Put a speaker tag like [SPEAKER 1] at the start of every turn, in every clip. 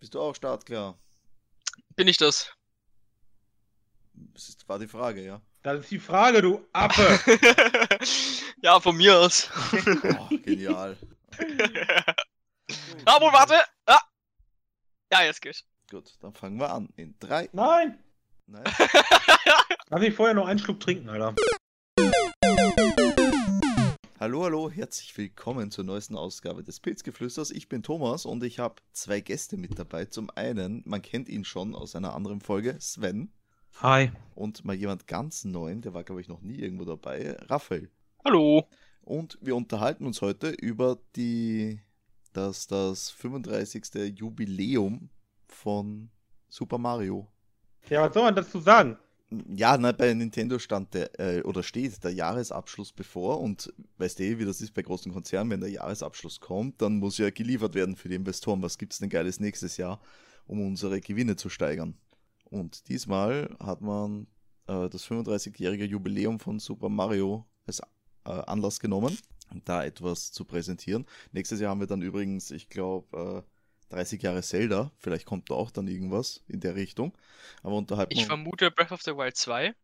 [SPEAKER 1] Bist du auch startklar?
[SPEAKER 2] Bin ich das?
[SPEAKER 1] Das ist, war die Frage, ja.
[SPEAKER 3] Das ist die Frage, du Affe.
[SPEAKER 2] ja, von mir aus.
[SPEAKER 1] Oh, genial.
[SPEAKER 2] ah, wohl, warte. Ah. Ja, jetzt geht's.
[SPEAKER 1] Gut, dann fangen wir an. In drei.
[SPEAKER 3] Nein.
[SPEAKER 1] Nein.
[SPEAKER 3] Darf ich vorher noch einen Schluck trinken, Alter?
[SPEAKER 1] Hallo, hallo, herzlich willkommen zur neuesten Ausgabe des Pilzgeflüsters. Ich bin Thomas und ich habe zwei Gäste mit dabei. Zum einen, man kennt ihn schon aus einer anderen Folge, Sven.
[SPEAKER 3] Hi.
[SPEAKER 1] Und mal jemand ganz Neuen, der war, glaube ich, noch nie irgendwo dabei, Raphael.
[SPEAKER 2] Hallo.
[SPEAKER 1] Und wir unterhalten uns heute über die, das, das 35. Jubiläum von Super Mario.
[SPEAKER 3] Ja, was soll man dazu sagen?
[SPEAKER 1] Ja, na, bei Nintendo stand der, äh, oder steht der Jahresabschluss bevor und weißt du, wie das ist bei großen Konzernen, wenn der Jahresabschluss kommt, dann muss ja geliefert werden für die Investoren. Was gibt's denn Geiles nächstes Jahr, um unsere Gewinne zu steigern? Und diesmal hat man äh, das 35-jährige Jubiläum von Super Mario als äh, Anlass genommen, um da etwas zu präsentieren. Nächstes Jahr haben wir dann übrigens, ich glaube, äh, 30 Jahre Zelda. Vielleicht kommt da auch dann irgendwas in der Richtung. Aber unterhalb.
[SPEAKER 2] Ich vermute Breath of the Wild 2.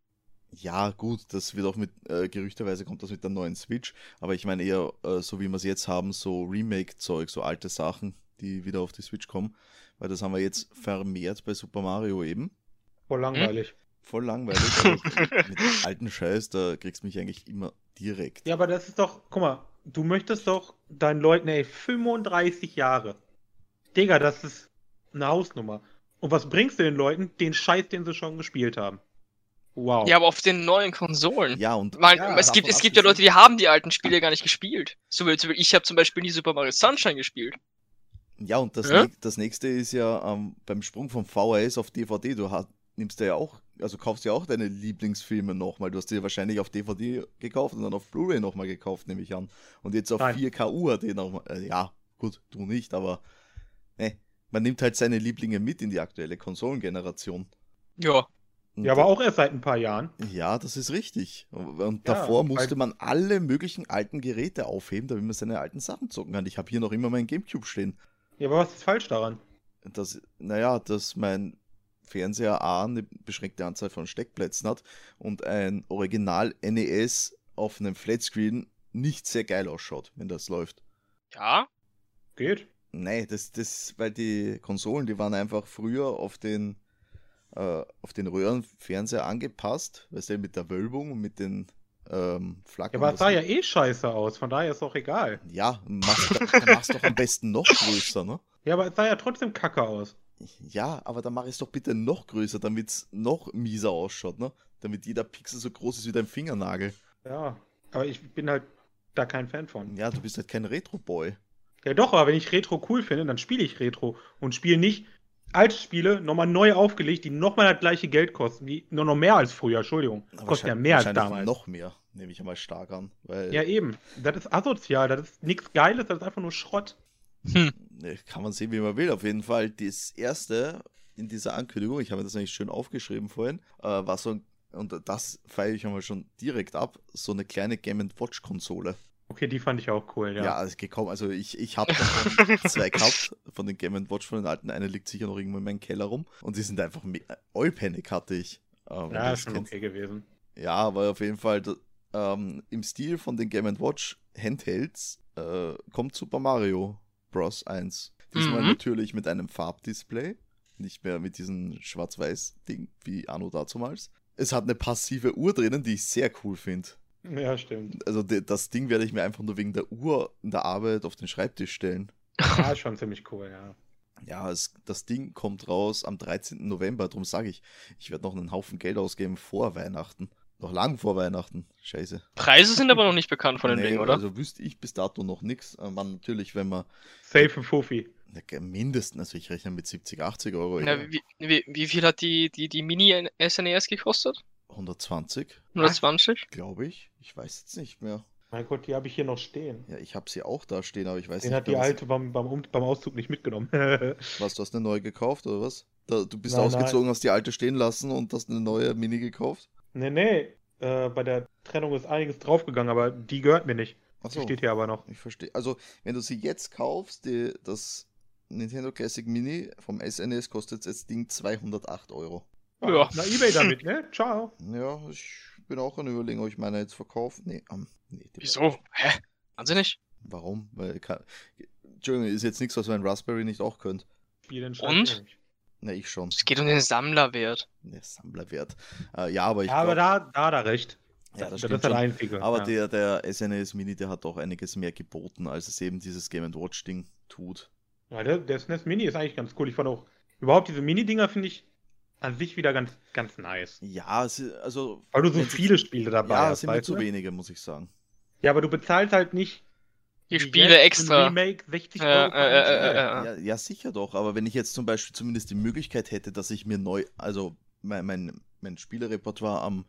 [SPEAKER 1] Ja, gut, das wird auch mit, äh, gerüchterweise kommt das mit der neuen Switch, aber ich meine eher, äh, so wie wir es jetzt haben, so Remake-Zeug, so alte Sachen, die wieder auf die Switch kommen, weil das haben wir jetzt vermehrt bei Super Mario eben.
[SPEAKER 3] Voll langweilig.
[SPEAKER 1] Voll langweilig, aber mit dem alten Scheiß, da kriegst du mich eigentlich immer direkt.
[SPEAKER 3] Ja, aber das ist doch, guck mal, du möchtest doch deinen Leuten, ey, 35 Jahre. Digga, das ist eine Hausnummer. Und was bringst du den Leuten? Den Scheiß, den sie schon gespielt haben. Wow.
[SPEAKER 2] Ja, aber auf den neuen Konsolen.
[SPEAKER 1] Ja, und
[SPEAKER 2] Weil
[SPEAKER 3] Ja,
[SPEAKER 2] es, gibt,
[SPEAKER 1] davon
[SPEAKER 2] es gibt ja
[SPEAKER 1] abgesehen-
[SPEAKER 2] Leute, die haben die alten Spiele gar nicht gespielt. So wie- so wie ich habe zum Beispiel nie Super Mario Sunshine gespielt.
[SPEAKER 1] Ja, und das,
[SPEAKER 2] Ja?
[SPEAKER 1] näch- das nächste ist ja ähm, beim Sprung vom VHS auf DVD, du hast, nimmst ja auch, also kaufst ja auch deine Lieblingsfilme nochmal. Du hast die wahrscheinlich auf DVD gekauft und dann auf Blu-ray nochmal gekauft, nehme ich an. Und jetzt auf
[SPEAKER 3] Nein.
[SPEAKER 1] 4K UHD nochmal. Äh, ja, gut, du nicht, aber ne, man nimmt halt seine Lieblinge mit in die aktuelle Konsolengeneration.
[SPEAKER 2] Ja.
[SPEAKER 1] Und
[SPEAKER 3] Ja, aber auch erst seit ein paar Jahren.
[SPEAKER 1] ja, das ist richtig. Und davor
[SPEAKER 3] weil-
[SPEAKER 1] musste man alle möglichen alten Geräte aufheben, damit man seine alten Sachen zocken kann. Ich habe hier noch immer mein Gamecube stehen.
[SPEAKER 3] Ja, aber was ist falsch daran?
[SPEAKER 1] dass, naja, dass mein Fernseher A eine beschränkte Anzahl von Steckplätzen hat und ein Original NES auf einem Flatscreen nicht sehr geil ausschaut, wenn das läuft.
[SPEAKER 2] Ja.
[SPEAKER 3] Geht.
[SPEAKER 1] Nee, das, das, weil die Konsolen, die waren einfach früher auf den, äh, auf den Röhrenfernseher angepasst, weißt du, mit der Wölbung und mit den ähm,
[SPEAKER 3] Ja,
[SPEAKER 1] Flaggen.
[SPEAKER 3] aber es sah ja eh scheiße aus, von daher ist auch egal.
[SPEAKER 1] ja, mach's doch, dann mach's doch am besten noch größer, ne?
[SPEAKER 3] Ja, aber es sah ja trotzdem kacke aus.
[SPEAKER 1] Ja, aber dann mach es doch bitte noch größer, damit es noch mieser ausschaut, ne? Damit jeder Pixel so groß ist wie dein Fingernagel.
[SPEAKER 3] Ja, aber ich bin halt da kein Fan von.
[SPEAKER 1] Ja, du bist halt kein Retro-Boy.
[SPEAKER 3] Ja doch, aber wenn ich Retro cool finde, dann spiele ich Retro und spiele nicht alte Spiele nochmal neu aufgelegt, die nochmal das gleiche Geld kosten, die nur noch mehr als früher, Entschuldigung. Kosten ja
[SPEAKER 1] Wahrscheinlich-
[SPEAKER 3] mehr als
[SPEAKER 1] wahrscheinlich
[SPEAKER 3] damals.
[SPEAKER 1] Noch mehr, nehme ich einmal stark an. Weil
[SPEAKER 3] Ja eben, das ist asozial, das ist nichts Geiles, das ist einfach nur Schrott.
[SPEAKER 2] Hm.
[SPEAKER 1] ne, kann man sehen, wie man will. Auf jeden Fall, das erste in dieser Ankündigung, ich habe mir das nämlich schön aufgeschrieben vorhin, äh, war so ein, und das feiere ich einmal schon direkt ab, so eine kleine Game-Watch-Konsole.
[SPEAKER 3] Okay, die fand ich auch cool,
[SPEAKER 1] Ja,
[SPEAKER 3] ja.
[SPEAKER 1] also gekommen. Also ich, ich habe davon zwei gehabt von den Game Watch von den alten. Eine liegt sicher noch irgendwo in meinem Keller rum. Und die sind einfach me- äh, All Panic hatte ich. Äh, wenn
[SPEAKER 3] Ja,
[SPEAKER 1] du
[SPEAKER 3] ist
[SPEAKER 1] das
[SPEAKER 3] schon
[SPEAKER 1] kennst.
[SPEAKER 3] okay gewesen.
[SPEAKER 1] ja, aber auf jeden Fall d- ähm, im Stil von den Game Watch Handhelds äh, kommt Super Mario Bros. 1. Diesmal
[SPEAKER 2] Mhm.
[SPEAKER 1] natürlich mit einem Farbdisplay. Nicht mehr mit diesem Schwarz-Weiß-Ding wie Anno dazumals. Es hat eine passive Uhr drinnen, die ich sehr cool finde
[SPEAKER 3] Ja, stimmt.
[SPEAKER 1] also de- das Ding werde ich mir einfach nur wegen der Uhr in der Arbeit auf den Schreibtisch stellen.
[SPEAKER 3] Ja, ist schon ziemlich cool, ja.
[SPEAKER 1] Ja, es, das Ding kommt raus am 13. November, drum sage ich, ich werde noch einen Haufen Geld ausgeben vor Weihnachten. Noch lang vor Weihnachten. Scheiße.
[SPEAKER 2] Preise sind aber noch nicht bekannt von den
[SPEAKER 1] Nee,
[SPEAKER 2] Dingen, oder?
[SPEAKER 1] Also wüsste ich bis dato noch nichts. Man natürlich, wenn man
[SPEAKER 3] Safe und Fofi.
[SPEAKER 1] na, ge- mindestens, also ich rechne mit 70, 80 Euro.
[SPEAKER 2] Na,
[SPEAKER 1] eher.
[SPEAKER 2] wie, wie, wie viel hat die, die, die Mini-SNES E gekostet?
[SPEAKER 1] 120,
[SPEAKER 2] 120?
[SPEAKER 1] glaube ich. Ich weiß jetzt nicht mehr.
[SPEAKER 3] Mein Gott, die habe ich hier noch stehen.
[SPEAKER 1] Ja, ich habe sie auch da stehen, aber ich weiß
[SPEAKER 3] Den
[SPEAKER 1] nicht
[SPEAKER 3] hat die
[SPEAKER 1] mehr,
[SPEAKER 3] alte beim, beim, Um- beim Auszug nicht mitgenommen.
[SPEAKER 1] was, was. Du hast eine neue gekauft oder was? Da, du bist
[SPEAKER 3] Nein,
[SPEAKER 1] ausgezogen, hast die alte stehen lassen und hast eine neue Mini gekauft?
[SPEAKER 3] nee, nee. Äh, bei der Trennung ist einiges draufgegangen, aber die gehört mir nicht. Die
[SPEAKER 1] Achso,
[SPEAKER 3] steht hier aber noch.
[SPEAKER 1] ich verstehe. Also, wenn du sie jetzt kaufst, die, das Nintendo Classic Mini vom SNES kostet das Ding 208 Euro.
[SPEAKER 2] Ja.
[SPEAKER 3] Na, Ebay damit, ne? Ciao.
[SPEAKER 1] Ja, ich bin auch an Überlegen, ob ich meine jetzt verkaufe. Nee, ähm, nee, die-
[SPEAKER 2] Wieso? Hä? Wahnsinnig?
[SPEAKER 1] Warum? Weil kann, Entschuldigung, ist jetzt nichts, was mein Raspberry nicht auch könnte.
[SPEAKER 3] Spiel
[SPEAKER 2] Und?
[SPEAKER 3] entscheidet. Und?
[SPEAKER 1] Na, ich schon.
[SPEAKER 2] Es geht um den Sammlerwert.
[SPEAKER 1] Der Sammlerwert. Äh, ja, aber ich
[SPEAKER 3] Ja, aber
[SPEAKER 1] glaub-
[SPEAKER 3] da, da hat er recht.
[SPEAKER 1] ja, das
[SPEAKER 3] das
[SPEAKER 1] stimmt
[SPEAKER 3] ist der
[SPEAKER 1] schon.
[SPEAKER 3] Einzige.
[SPEAKER 1] Aber der,
[SPEAKER 3] ja.
[SPEAKER 1] der SNES Mini, der hat auch einiges mehr geboten, als es eben dieses Game Watch Ding tut.
[SPEAKER 3] Ja, der, der SNES Mini ist eigentlich ganz cool. Ich fand auch überhaupt diese Mini-Dinger finde ich an sich wieder ganz, ganz nice.
[SPEAKER 1] Ja, es ist, also.
[SPEAKER 3] Weil du so
[SPEAKER 1] Wenn sie-
[SPEAKER 3] viele Spiele dabei
[SPEAKER 1] Ja, es
[SPEAKER 3] hast.
[SPEAKER 1] sind mir
[SPEAKER 3] Weißt
[SPEAKER 1] zu
[SPEAKER 3] du?
[SPEAKER 1] wenige, muss ich sagen.
[SPEAKER 3] Ja, aber du bezahlst halt nicht
[SPEAKER 2] Die
[SPEAKER 3] wie
[SPEAKER 2] Spiele
[SPEAKER 3] jetzt ein
[SPEAKER 2] extra.
[SPEAKER 3] Remake 60
[SPEAKER 2] Äh,
[SPEAKER 3] Euro. für ein
[SPEAKER 2] äh, äh,
[SPEAKER 3] Spiel.
[SPEAKER 2] äh, äh.
[SPEAKER 1] Ja, ja, sicher doch, aber wenn ich jetzt zum Beispiel zumindest die Möglichkeit hätte, dass ich mir neu, also mein, mein, mein Spielerepertoire am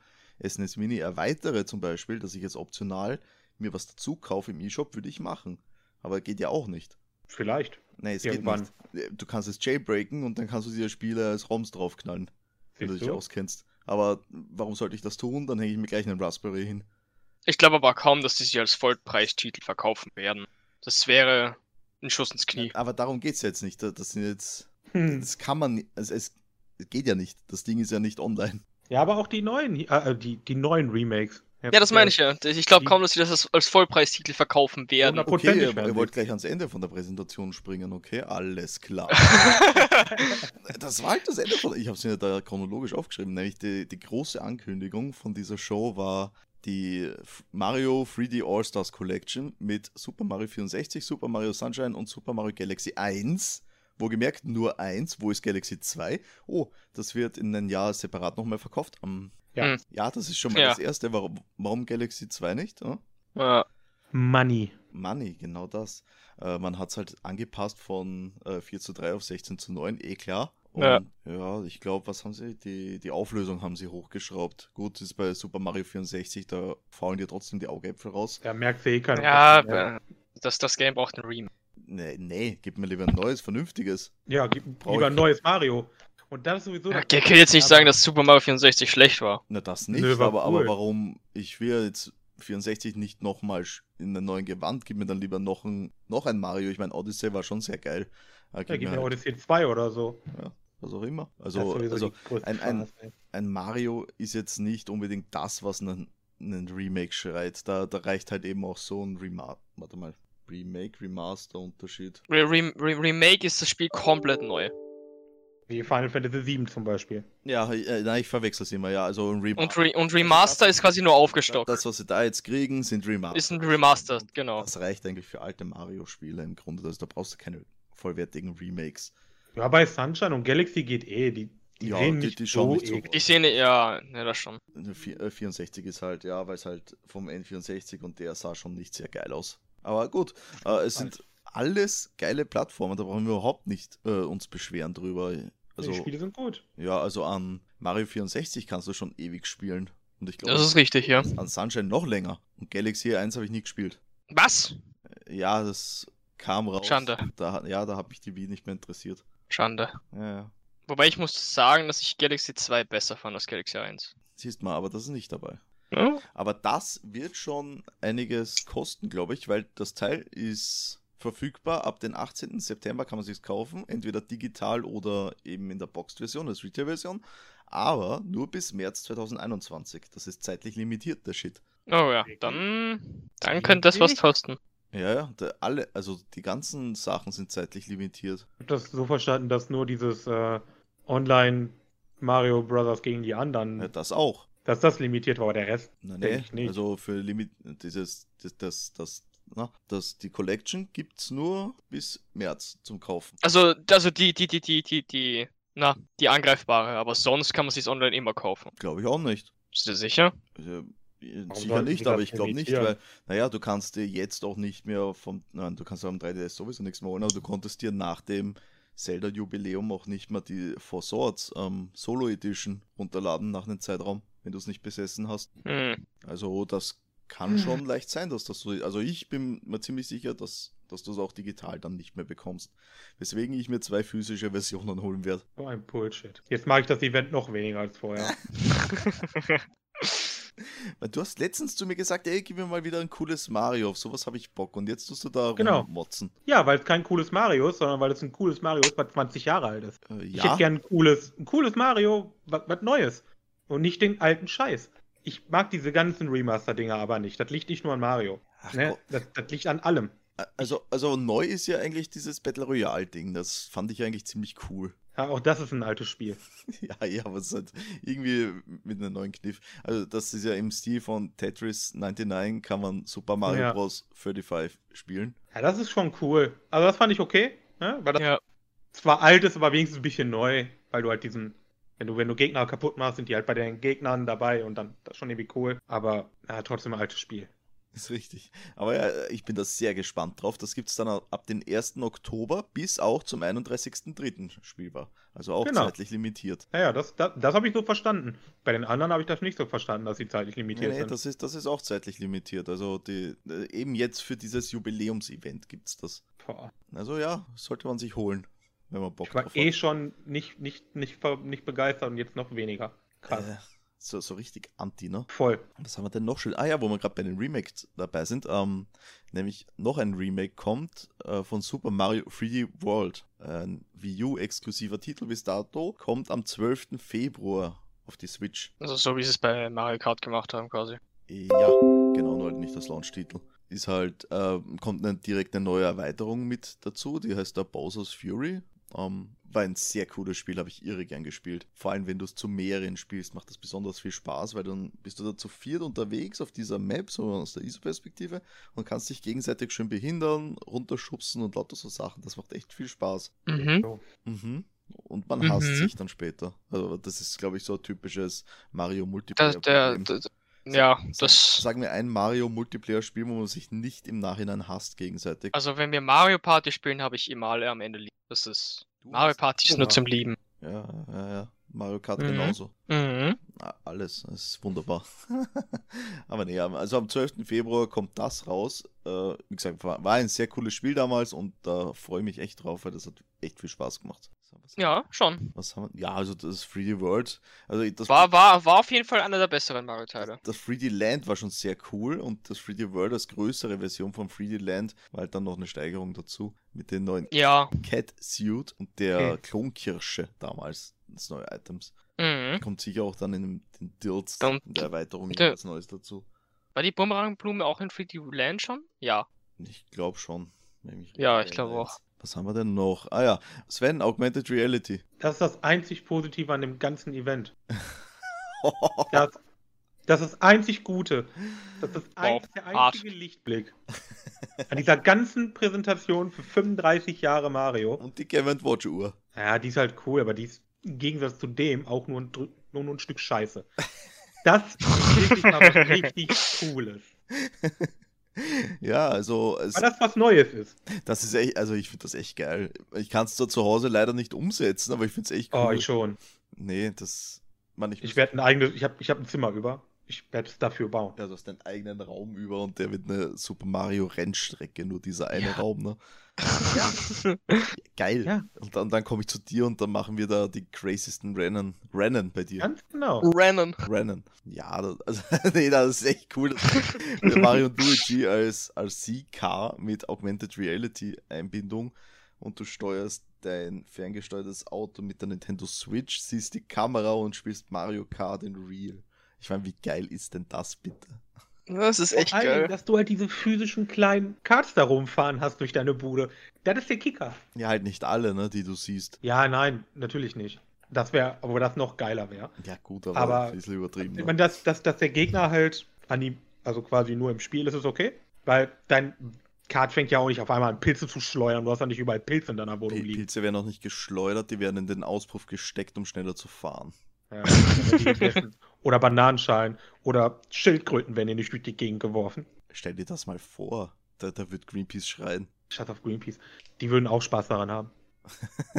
[SPEAKER 1] SNES Mini erweitere, zum Beispiel, dass ich jetzt optional mir was dazu kaufe im E-Shop, würde ich machen. Aber geht ja auch nicht.
[SPEAKER 3] Vielleicht.
[SPEAKER 1] Nee, es
[SPEAKER 3] Irgendwann.
[SPEAKER 1] geht nicht. Äh, Du kannst es jailbreaken und dann kannst du dir Spiele als ROMs draufknallen, wenn du
[SPEAKER 3] Siehst
[SPEAKER 1] dich
[SPEAKER 3] du?
[SPEAKER 1] auskennst. Aber warum sollte ich das tun? Dann hänge ich mir gleich einen Raspberry hin.
[SPEAKER 2] Ich glaube aber kaum, dass die sie als Vollpreistitel verkaufen werden. Das wäre ein Schuss ins Knie.
[SPEAKER 1] Aber darum geht es jetzt nicht. Das sind jetzt.
[SPEAKER 3] Hm.
[SPEAKER 1] Das kann man. Also es geht ja nicht. Das Ding ist ja nicht online.
[SPEAKER 3] Ja, aber auch die neuen, äh, äh, die, die neuen Remakes.
[SPEAKER 2] Ja, das meine ich ja. Ich glaube
[SPEAKER 3] Die-
[SPEAKER 2] kaum, dass sie das als- als Vollpreistitel verkaufen werden.
[SPEAKER 1] Okay,
[SPEAKER 3] Prozentig
[SPEAKER 1] ihr,
[SPEAKER 3] werden
[SPEAKER 1] ihr wollt
[SPEAKER 3] sie.
[SPEAKER 1] gleich ans Ende von der Präsentation springen, okay? Alles klar. das war halt das Ende von. Ich habe es mir da chronologisch aufgeschrieben, nämlich die, die große Ankündigung von dieser Show war die F- Mario 3D All-Stars Collection mit Super Mario 64, Super Mario Sunshine und Super Mario Galaxy 1. Wo gemerkt, nur 1, wo ist Galaxy 2? Oh, das wird in einem Jahr separat nochmal verkauft. Ähm,
[SPEAKER 3] Ja.
[SPEAKER 1] ja, das ist schon mal
[SPEAKER 2] Ja.
[SPEAKER 1] das Erste. Warum, warum Galaxy 2 nicht? Ja?
[SPEAKER 2] Ja.
[SPEAKER 3] Money.
[SPEAKER 1] Money, genau das. Äh, man hat es halt angepasst von äh, 4 zu 3 auf 16 zu 9, eh klar. Und
[SPEAKER 2] Ja.
[SPEAKER 1] ja. ich glaube, was haben sie? Die, die Auflösung haben sie hochgeschraubt. Gut, ist bei Super Mario 64, da fallen dir trotzdem die Augäpfel raus.
[SPEAKER 3] Da merkt eh keiner.
[SPEAKER 2] Ja, äh,
[SPEAKER 3] ja.
[SPEAKER 2] ja. Das, das Game braucht ein Remake.
[SPEAKER 1] Nee, nee, gib mir lieber ein neues, vernünftiges.
[SPEAKER 3] ja gib
[SPEAKER 1] Brauch
[SPEAKER 3] lieber
[SPEAKER 1] ich.
[SPEAKER 3] ein neues Mario. Und das ist sowieso.
[SPEAKER 2] Ja,
[SPEAKER 3] das-
[SPEAKER 2] Ich kann jetzt nicht
[SPEAKER 3] Aber-
[SPEAKER 2] sagen, dass Super Mario 64 schlecht war.
[SPEAKER 1] Na, das nicht,
[SPEAKER 3] Nö, war
[SPEAKER 1] aber,
[SPEAKER 3] cool.
[SPEAKER 1] aber warum? Ich will jetzt 64 nicht nochmal sch- in einen neuen Gewand, gib mir dann lieber noch ein, noch ein Mario. Ich meine, Odyssey war schon sehr geil. Äh,
[SPEAKER 3] Ja,
[SPEAKER 1] gib
[SPEAKER 3] gib
[SPEAKER 1] mir
[SPEAKER 3] mir
[SPEAKER 1] halt,
[SPEAKER 3] Odyssey 2 oder so.
[SPEAKER 1] was auch immer.
[SPEAKER 3] Das ist
[SPEAKER 1] Also,
[SPEAKER 3] sowieso
[SPEAKER 1] also
[SPEAKER 3] die größte
[SPEAKER 1] ein- ein-
[SPEAKER 3] Farce, ey.
[SPEAKER 1] ein Mario ist jetzt nicht unbedingt das, was einen, einen Remake schreit. Da, da reicht halt eben auch so ein Remaster. Warte mal. Remake, Remaster, Unterschied.
[SPEAKER 2] Re Re Re Remake ist das Spiel komplett neu.
[SPEAKER 3] Wie Final Fantasy 7 zum Beispiel.
[SPEAKER 1] Ja, äh, nein, ich verwechsel es immer, ja. Also ein
[SPEAKER 2] Und,
[SPEAKER 1] Remaster.
[SPEAKER 2] Re und Remaster ist quasi nur aufgestockt.
[SPEAKER 1] Das, was sie da jetzt kriegen, sind Remaster.
[SPEAKER 2] Ist ein Remaster, genau.
[SPEAKER 1] Das reicht eigentlich für alte Mario-Spiele im Grunde. Also da brauchst du keine vollwertigen Remakes.
[SPEAKER 3] Ja, bei Sunshine und Galaxy geht eh. Die, die
[SPEAKER 1] Ja,
[SPEAKER 3] sehen
[SPEAKER 1] die-
[SPEAKER 3] nicht
[SPEAKER 1] die
[SPEAKER 3] so eh-
[SPEAKER 1] schauen nicht so-
[SPEAKER 3] eklig.
[SPEAKER 2] Ich sehe, ne- ja, ne, das schon.
[SPEAKER 1] Eine vier- äh, 64 ist halt, ja, weil es halt vom N64 und der sah schon nicht sehr geil aus. Aber gut, äh, es sind alles geile Plattformen, da brauchen wir überhaupt nicht äh, uns beschweren drüber.
[SPEAKER 3] Die
[SPEAKER 1] Also,
[SPEAKER 3] Spiele sind gut.
[SPEAKER 1] ja, also an Mario 64 kannst du schon ewig spielen. Und ich
[SPEAKER 2] Das
[SPEAKER 1] glaube,
[SPEAKER 2] ist richtig, ja.
[SPEAKER 1] an Sunshine noch länger. Und Galaxy 1 habe ich nie gespielt.
[SPEAKER 2] Was?
[SPEAKER 1] Ja, das kam raus.
[SPEAKER 2] Schande.
[SPEAKER 1] Da, ja, da hat mich die Wii nicht mehr interessiert.
[SPEAKER 2] Schande.
[SPEAKER 1] Ja, ja.
[SPEAKER 2] Wobei ich muss sagen, dass ich Galaxy 2 besser fand als Galaxy 1.
[SPEAKER 1] Siehst mal, aber das ist nicht dabei.
[SPEAKER 2] Ja,
[SPEAKER 1] Aber das wird schon einiges kosten, glaube ich, weil das Teil ist verfügbar. Ab den 18. September kann man sich kaufen, entweder digital oder eben in der Boxed-Version, als Retail-Version. Aber nur bis März 2021. Das ist zeitlich limitiert, der Shit.
[SPEAKER 2] Oh ja, dann, dann könnte das was kosten.
[SPEAKER 1] Ja, ja, da alle, also die ganzen Sachen sind zeitlich limitiert.
[SPEAKER 3] Ich habe das so verstanden, dass nur dieses äh, Online Mario Brothers gegen die anderen,
[SPEAKER 1] Ja, das auch.
[SPEAKER 3] dass das limitiert war, aber der Rest.
[SPEAKER 1] Na,
[SPEAKER 3] Hm. Denk
[SPEAKER 1] nee,
[SPEAKER 3] ich nicht.
[SPEAKER 1] also für Limit, dieses, das, das, das, na, das, die Collection gibt's nur bis März zum Kaufen.
[SPEAKER 2] Also, also die, die, die, die, die, die, na, die angreifbare, aber sonst kann man sich online immer kaufen.
[SPEAKER 1] Glaube ich auch nicht.
[SPEAKER 2] Bist du sicher?
[SPEAKER 1] Also, äh, sicher
[SPEAKER 3] sollten sie
[SPEAKER 1] nicht,
[SPEAKER 3] das
[SPEAKER 1] aber ich glaube nicht,
[SPEAKER 3] limitieren?
[SPEAKER 1] weil, naja, du kannst dir jetzt auch nicht mehr vom, nein, du kannst am 3DS sowieso nichts mehr holen, aber du konntest dir nach dem Zelda-Jubiläum auch nicht mehr die Four Swords ähm, Solo Edition runterladen nach einem Zeitraum, wenn du es nicht besessen hast.
[SPEAKER 2] Hm.
[SPEAKER 1] Also, das kann
[SPEAKER 2] Hm.
[SPEAKER 1] schon leicht sein, dass das so ist. Also, ich bin mir ziemlich sicher, dass, dass du es auch digital dann nicht mehr bekommst. Weswegen ich mir zwei physische Versionen holen werde.
[SPEAKER 3] So ein Bullshit. Jetzt mag ich das Event noch weniger als vorher.
[SPEAKER 1] Weil du hast letztens zu mir gesagt, ey, gib mir mal wieder ein cooles Mario, auf sowas habe ich Bock. Und jetzt tust du da
[SPEAKER 3] Genau.
[SPEAKER 1] rummotzen.
[SPEAKER 3] Ja, weil es kein cooles Mario ist, sondern weil es ein cooles Mario ist, was 20 Jahre alt ist.
[SPEAKER 1] Äh,
[SPEAKER 3] Ich hätte
[SPEAKER 1] ja,
[SPEAKER 3] gern ein cooles, ein cooles Mario, was, was Neues. Und nicht den alten Scheiß. Ich mag diese ganzen Remaster-Dinger aber nicht. Das liegt nicht nur an Mario.
[SPEAKER 1] Ach
[SPEAKER 3] Ne?
[SPEAKER 1] Gott.
[SPEAKER 3] Das, das liegt an allem.
[SPEAKER 1] also, also neu ist ja eigentlich dieses Battle Royale-Ding. Das fand ich eigentlich ziemlich cool.
[SPEAKER 3] Ja, auch das ist ein altes Spiel.
[SPEAKER 1] Ja, ja, aber es ist halt irgendwie mit einem neuen Kniff. Also, das ist ja im Stil von Tetris 99 kann man Super Mario
[SPEAKER 3] Ja.
[SPEAKER 1] Bros. 35 spielen.
[SPEAKER 3] Ja, das ist schon cool. Also das fand ich okay, ne? Weil das
[SPEAKER 2] Ja.
[SPEAKER 3] zwar alt ist, aber wenigstens ein bisschen neu, weil du halt diesen, wenn du, wenn du Gegner kaputt machst, sind die halt bei den Gegnern dabei und dann das ist schon irgendwie cool. Aber ja, trotzdem ein altes Spiel.
[SPEAKER 1] Ist richtig. Aber ja, ich bin da sehr gespannt drauf. Das gibt es dann ab dem 1. Oktober bis auch zum 31.3. spielbar. Also auch
[SPEAKER 3] Genau.
[SPEAKER 1] zeitlich limitiert.
[SPEAKER 3] Naja, das, das, das habe ich so verstanden. Bei den anderen habe ich das nicht so verstanden, dass sie zeitlich
[SPEAKER 1] Nee,
[SPEAKER 3] limitiert
[SPEAKER 1] nee,
[SPEAKER 3] sind.
[SPEAKER 1] das ist, das ist auch zeitlich limitiert. Also die, äh, eben jetzt für dieses Jubiläums-Event gibt es das.
[SPEAKER 3] Boah.
[SPEAKER 1] Also ja, sollte man sich holen, wenn man Bock
[SPEAKER 3] Ich war
[SPEAKER 1] drauf
[SPEAKER 3] eh schon nicht, nicht, nicht, ver- nicht begeistert und jetzt noch weniger.
[SPEAKER 1] hat.
[SPEAKER 3] Krass.
[SPEAKER 1] Äh, so, so richtig anti, ne?
[SPEAKER 3] Voll.
[SPEAKER 1] Was haben wir denn noch schön? Ah ja, wo wir gerade bei den Remakes dabei sind, ähm, nämlich noch ein Remake kommt äh, von Super Mario 3D World. Ein Wii U-exklusiver Titel bis dato, kommt am 12. Februar auf die Switch.
[SPEAKER 2] Also so wie sie es bei Mario Kart gemacht haben quasi.
[SPEAKER 1] Ja, genau, nur halt nicht das Launch-Titel. Ist halt, äh, kommt dann direkt eine neue Erweiterung mit dazu, die heißt da Bowser's Fury. Ähm, war ein sehr cooles Spiel, habe ich irre gern gespielt. Vor allem, wenn du es zu mehreren spielst, macht das besonders viel Spaß, weil dann bist du da zu viert unterwegs auf dieser Map, so aus der ISO-Perspektive, und kannst dich gegenseitig schön behindern, runterschubsen und lauter so Sachen. Das macht echt viel Spaß.
[SPEAKER 2] Mhm.
[SPEAKER 1] Mhm. Und man
[SPEAKER 2] Mhm.
[SPEAKER 1] hasst sich dann später. Also, das ist, glaube ich, so ein typisches Mario-Multiplayer.
[SPEAKER 2] Das, der,
[SPEAKER 1] Problem.
[SPEAKER 2] der, ja, das.
[SPEAKER 1] Sagen wir ein Mario-Multiplayer-Spiel, wo man sich nicht im Nachhinein hasst gegenseitig.
[SPEAKER 2] Also wenn wir Mario Party spielen, habe ich immer alle am Ende lieb. Das ist.
[SPEAKER 1] Du
[SPEAKER 2] Mario
[SPEAKER 1] hast-
[SPEAKER 2] Party ist
[SPEAKER 1] Ja.
[SPEAKER 2] nur zum Lieben.
[SPEAKER 1] Ja, ja, ja. Mario Kart
[SPEAKER 2] Mhm.
[SPEAKER 1] genauso.
[SPEAKER 2] Mhm.
[SPEAKER 1] Ah, Alles, das ist wunderbar. Aber nee, also am 12. Februar kommt das raus. Äh, wie gesagt, war, war ein sehr cooles Spiel damals und da freue ich mich echt drauf, weil das hat echt viel Spaß gemacht. So, was-
[SPEAKER 2] Ja, schon.
[SPEAKER 1] Was haben wir? Ja, also das 3D World. Also das
[SPEAKER 2] War, war, war auf jeden Fall einer der besseren Mario-Teile.
[SPEAKER 1] Das 3D Land war schon sehr cool und das 3D World als größere Version von 3D Land war halt dann noch eine Steigerung dazu mit den neuen
[SPEAKER 2] Ja.
[SPEAKER 1] Cat Suit und der
[SPEAKER 3] Okay.
[SPEAKER 1] Klonkirsche damals, das neue Items.
[SPEAKER 2] Mhm.
[SPEAKER 3] Hm?
[SPEAKER 1] Kommt sicher auch dann in dem- den Dirts
[SPEAKER 2] Dann-
[SPEAKER 1] in der Erweiterung
[SPEAKER 2] Bitte.
[SPEAKER 1] etwas Neues dazu.
[SPEAKER 2] War die Bumerangblume auch in 3D Land schon? Ja.
[SPEAKER 1] Ich glaube schon. wenn mich
[SPEAKER 2] Ja,
[SPEAKER 1] richtig
[SPEAKER 2] ich glaub
[SPEAKER 1] erinnere
[SPEAKER 2] auch.
[SPEAKER 1] jetzt. Was haben wir denn noch? Ah ja, Sven, Augmented Reality.
[SPEAKER 3] Das ist das einzig Positive an dem ganzen Event. Das, das ist einzig Gute. Das ist ein,
[SPEAKER 2] Wow,
[SPEAKER 3] der
[SPEAKER 2] Arsch.
[SPEAKER 3] einzige Lichtblick. An dieser ganzen Präsentation für 35 Jahre Mario.
[SPEAKER 1] und die Game Watch Uhr.
[SPEAKER 3] Ja, die ist halt cool, aber die ist im Gegensatz zu dem auch nur ein, Dr- nur nur ein Stück Scheiße. Das ist wirklich mal was richtig Cooles.
[SPEAKER 1] ja, also es,
[SPEAKER 3] Weil das was Neues ist.
[SPEAKER 1] das ist echt, also ich finde das echt geil. Ich kann es da zu Hause leider nicht umsetzen, aber ich finde es echt cool.
[SPEAKER 3] Oh, ich schon.
[SPEAKER 1] Nee, das. Mann, ich,
[SPEAKER 3] Ich werde ein eigenes, ich habe ich hab ein Zimmer über. Ich werde es dafür bauen.
[SPEAKER 1] Ja, du hast deinen eigenen Raum über und der wird eine Super Mario Rennstrecke, nur dieser eine
[SPEAKER 2] Ja.
[SPEAKER 1] Raum, ne? Geil.
[SPEAKER 3] Ja.
[SPEAKER 1] Und dann, dann komme ich zu dir und dann machen wir da die craziesten Rennen. Rennen bei dir.
[SPEAKER 3] Ganz genau.
[SPEAKER 2] Rennen.
[SPEAKER 1] Rennen. Ja, das, also, nee, das ist echt cool. dass wir Mario und Luigi als, als CK mit Augmented Reality Einbindung und du steuerst dein ferngesteuertes Auto mit der Nintendo Switch, siehst die Kamera und spielst Mario Kart in Real. Ich meine, wie geil ist denn das bitte?
[SPEAKER 2] Das ist
[SPEAKER 3] Vor allem, dass du halt diese physischen kleinen Karts da rumfahren hast durch deine Bude. Das ist der Kicker.
[SPEAKER 1] Ja, halt nicht alle, ne, die du siehst.
[SPEAKER 3] Ja, nein, natürlich nicht. Das wäre, aber das noch geiler wäre.
[SPEAKER 1] Ja, gut, aber,
[SPEAKER 3] Aber-
[SPEAKER 1] ein bisschen übertrieben.
[SPEAKER 3] Ich
[SPEAKER 1] ne?
[SPEAKER 3] meine, dass, dass, dass der Gegner halt an die, also quasi nur im Spiel ist, ist okay. Weil dein Kart fängt ja auch nicht auf einmal an, Pilze zu schleudern. Du hast ja nicht überall Pilze in deiner Wohnung
[SPEAKER 1] Pil-
[SPEAKER 3] liegen.
[SPEAKER 1] Pilze werden auch nicht geschleudert, die werden in den Auspuff gesteckt, um schneller zu fahren.
[SPEAKER 3] Ja, die gegessen. oder Bananenschalen oder Schildkröten werden dir nicht durch die Gegend geworfen.
[SPEAKER 1] Stell dir das mal vor. Da, da wird Greenpeace schreien.
[SPEAKER 3] Scheiß auf Greenpeace. Die würden auch Spaß daran haben.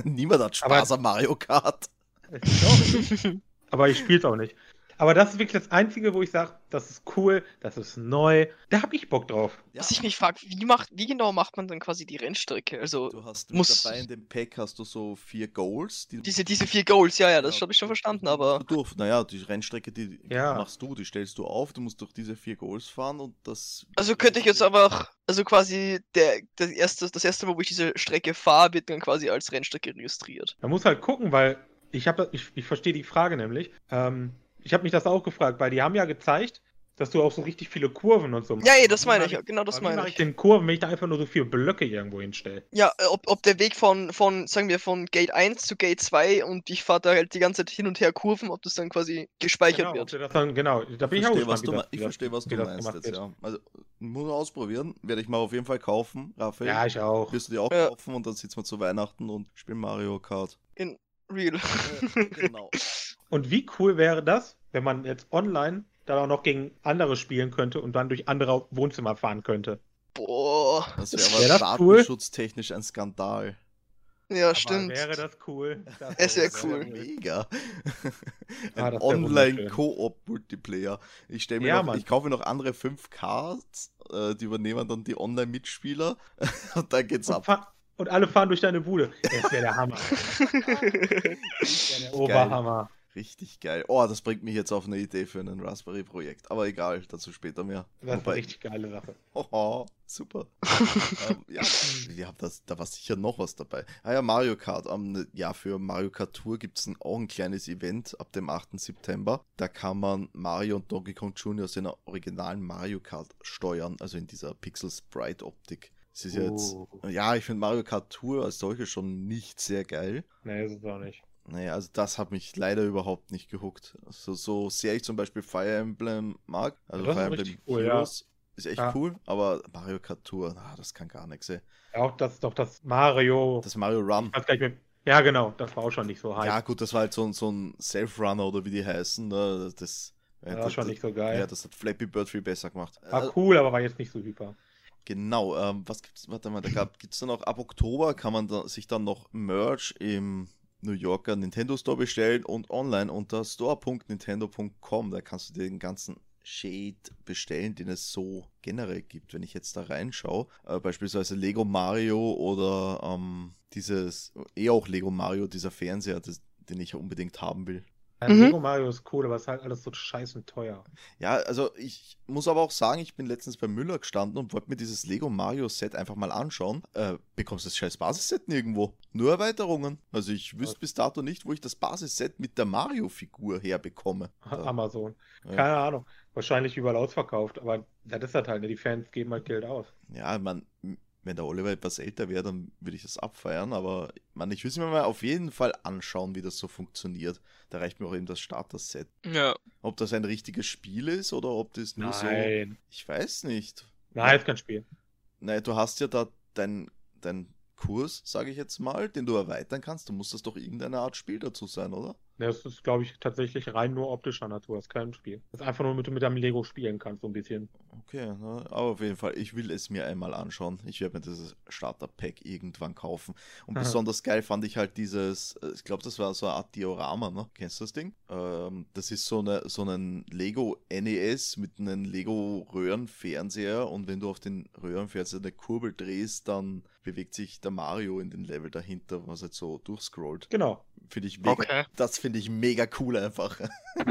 [SPEAKER 1] Niemand hat Spaß
[SPEAKER 3] Aber-
[SPEAKER 1] am Mario Kart.
[SPEAKER 3] aber ich spiel's auch nicht. Aber das ist wirklich das Einzige, wo ich sage, das ist cool, das ist neu, da hab ich Bock drauf.
[SPEAKER 1] Ja,
[SPEAKER 4] Was ich mich frage, wie, macht, wie genau macht man dann quasi die Rennstrecke? Also
[SPEAKER 1] du hast
[SPEAKER 4] muss-
[SPEAKER 1] mit dabei in dem Pack hast du so vier Goals. Die
[SPEAKER 4] diese, diese vier Goals, ja, ja, das
[SPEAKER 1] Ja,
[SPEAKER 4] habe ich schon
[SPEAKER 1] du-
[SPEAKER 4] verstanden, aber
[SPEAKER 1] Du durf, naja, die Rennstrecke, die
[SPEAKER 3] Ja.
[SPEAKER 1] machst du, die stellst du auf, du musst durch diese vier Goals fahren und das.
[SPEAKER 4] also könnte ich jetzt einfach, also quasi der, das, erste, das erste Mal, wo ich diese Strecke fahre, wird dann quasi als Rennstrecke registriert.
[SPEAKER 3] Man muss halt gucken, weil ich habe, ich, ich verstehe die Frage nämlich. Ähm, ich habe mich das auch gefragt, weil die haben ja gezeigt, dass du auch so richtig viele Kurven und so
[SPEAKER 4] Ja, ja, das
[SPEAKER 3] Wie
[SPEAKER 4] meine
[SPEAKER 3] mach
[SPEAKER 4] ich, ja, genau das
[SPEAKER 3] aber wie mache
[SPEAKER 4] meine
[SPEAKER 3] ich
[SPEAKER 4] ich.
[SPEAKER 3] denn Kurven, wenn ich da einfach nur so vier Blöcke irgendwo hinstelle?
[SPEAKER 4] Ja, äh, ob, ob der Weg von, von, sagen wir, von Gate 1 zu Gate 2 und ich fahre da halt die ganze Zeit hin und her Kurven, ob das dann quasi gespeichert
[SPEAKER 3] genau, ob
[SPEAKER 4] wird.
[SPEAKER 3] du das dann, genau, da bin
[SPEAKER 1] Ich
[SPEAKER 3] ich auch
[SPEAKER 1] verstehe, was
[SPEAKER 3] gespannt,
[SPEAKER 1] du,
[SPEAKER 3] wie
[SPEAKER 1] me-
[SPEAKER 3] das-
[SPEAKER 1] ich
[SPEAKER 3] wie das-
[SPEAKER 1] verstehe, was
[SPEAKER 3] wie
[SPEAKER 1] du
[SPEAKER 3] das
[SPEAKER 1] meinst
[SPEAKER 3] gemacht
[SPEAKER 1] jetzt,
[SPEAKER 3] wird.
[SPEAKER 1] ja. Also, muss man ausprobieren, werde ich mal auf jeden Fall kaufen, Raphael.
[SPEAKER 3] Ja, ich auch.
[SPEAKER 1] wirst du dir auch
[SPEAKER 4] Ja.
[SPEAKER 1] kaufen und dann sitzen wir zu Weihnachten und spielen Mario Kart.
[SPEAKER 4] Real.
[SPEAKER 1] genau.
[SPEAKER 3] Und wie cool wäre das, wenn man jetzt online dann auch noch gegen andere spielen könnte und dann durch andere Wohnzimmer fahren könnte?
[SPEAKER 4] Boah.
[SPEAKER 1] Das
[SPEAKER 4] Das-
[SPEAKER 1] wäre
[SPEAKER 3] wär
[SPEAKER 1] aber
[SPEAKER 3] das cool.
[SPEAKER 1] datenschutztechnisch ein Skandal.
[SPEAKER 4] Ja, stimmt.
[SPEAKER 3] Wäre das cool? Das
[SPEAKER 4] Es wär
[SPEAKER 3] sehr
[SPEAKER 4] cool.
[SPEAKER 1] Mega.
[SPEAKER 3] Ah,
[SPEAKER 1] Ein
[SPEAKER 3] das wär wunderschön.
[SPEAKER 1] Online-Koop-Multiplayer. Ich stelle mir
[SPEAKER 3] Ja,
[SPEAKER 1] noch,
[SPEAKER 3] Mann.
[SPEAKER 1] ich kaufe mir noch andere fünf Cards, äh, die übernehmen dann die Online-Mitspieler und dann geht's
[SPEAKER 3] Und,
[SPEAKER 1] ab.
[SPEAKER 3] fa- und alle fahren durch deine Bude. Das wäre der Hammer. Das wäre der Oberhammer.
[SPEAKER 1] Richtig geil. Oh, das bringt mich jetzt auf eine Idee für ein Raspberry-Projekt. Aber egal, dazu später mehr.
[SPEAKER 3] Das ist eine
[SPEAKER 1] Wobei-
[SPEAKER 3] richtig geile Sache.
[SPEAKER 1] Hoho, super. ähm, ja, wir haben das, da war sicher noch was dabei. Ah ja, Mario Kart. Ähm, ja, für Mario Kart Tour gibt es auch ein kleines Event ab dem 8. September. Da kann man Mario und Donkey Kong Jr. aus einer originalen Mario Kart steuern, also in dieser Pixel-Sprite-Optik. Es ist ja jetzt.
[SPEAKER 3] Oh.
[SPEAKER 1] Ja, ich finde Mario Kart Tour als solche schon nicht sehr geil.
[SPEAKER 3] Nee, ist es auch nicht.
[SPEAKER 1] Naja, also das hat mich leider überhaupt nicht gehuckt. Also, so sehr ich zum Beispiel Fire Emblem mag, also
[SPEAKER 3] Das ist
[SPEAKER 1] Fire Emblem
[SPEAKER 3] richtig cool, ja.
[SPEAKER 1] Heroes, ist echt
[SPEAKER 3] Ja.
[SPEAKER 1] cool, aber Mario Kart Tour, na, das kann gar nichts, ey.
[SPEAKER 3] Auch das, doch das Mario.
[SPEAKER 1] Das Mario Run.
[SPEAKER 3] Ich weiß gar nicht mehr- ja, genau. Das war auch schon nicht so
[SPEAKER 1] Ja,
[SPEAKER 3] heiß.
[SPEAKER 1] gut, das war halt so, ein- so ein Self-Runner oder wie die heißen. ne, Das,
[SPEAKER 3] das war schon nicht so geil.
[SPEAKER 1] Ja, das hat Flappy Bird viel besser gemacht. Äh,
[SPEAKER 3] War cool, aber war jetzt nicht so hyper.
[SPEAKER 1] Genau, ähm, was gibt's, warte mal, da gab, gibt's dann auch ab Oktober kann man da, sich dann noch Merch im New Yorker Nintendo Store bestellen und online unter store.nintendo.com, da kannst du dir den ganzen Shade bestellen, den es so generell gibt, wenn ich jetzt da reinschaue, äh, beispielsweise Lego Mario oder ähm, dieses, eh auch Lego Mario, dieser Fernseher, das, den ich unbedingt haben will.
[SPEAKER 3] Ja,
[SPEAKER 4] Mhm.
[SPEAKER 3] Lego Mario ist cool, aber es ist halt alles so scheiß und teuer.
[SPEAKER 1] Ja, also ich muss aber auch sagen, ich bin letztens bei Müller gestanden und wollte mir dieses Lego Mario Set einfach mal anschauen. Äh, bekommst das scheiß Basisset nirgendwo. Nur Erweiterungen. Also ich wüsste bis dato nicht, wo ich das Basisset mit der Mario-Figur herbekomme. Da,
[SPEAKER 3] Amazon.
[SPEAKER 1] ja.
[SPEAKER 3] Keine Ahnung. Wahrscheinlich überall ausverkauft, aber das ist das halt, ne? Die Fans geben halt Geld aus.
[SPEAKER 1] ja, man, wenn der Oliver etwas älter wäre, dann würde ich das abfeiern. Aber man, ich will es mir mal auf jeden Fall anschauen, wie das so funktioniert. Da reicht mir auch eben das Starter-Set.
[SPEAKER 2] Ja,
[SPEAKER 1] Ob das ein richtiges Spiel ist oder ob das nur so.
[SPEAKER 3] Nein.
[SPEAKER 1] Ich weiß nicht.
[SPEAKER 3] Nein, ist kein Spiel.
[SPEAKER 1] Naja, du hast ja da deinen dein Kurs, sage ich jetzt mal, den du erweitern kannst. Du musst das doch irgendeine Art Spiel dazu sein, oder?
[SPEAKER 3] Das ist, glaube ich, tatsächlich rein nur optischer Natur. Das ist kein Spiel. Das ist einfach nur, damit du mit deinem Lego spielen kannst, so ein bisschen.
[SPEAKER 1] Okay, ne? aber auf jeden Fall, ich will es mir einmal anschauen. Ich werde mir dieses Starter-Pack irgendwann kaufen. Und
[SPEAKER 3] Aha.
[SPEAKER 1] besonders geil fand ich halt dieses, äh, ich glaube, das war so eine Art Diorama, ne? Kennst du das Ding? Ähm, das ist so, eine, so ein Lego NES mit einem Lego Röhrenfernseher und wenn du auf den Röhrenfernseher eine Kurbel drehst, dann bewegt sich der Mario in den Level dahinter, was halt so durchscrollt.
[SPEAKER 3] Genau.
[SPEAKER 1] Finde ich mega,
[SPEAKER 2] okay.
[SPEAKER 1] das finde ich mega cool einfach.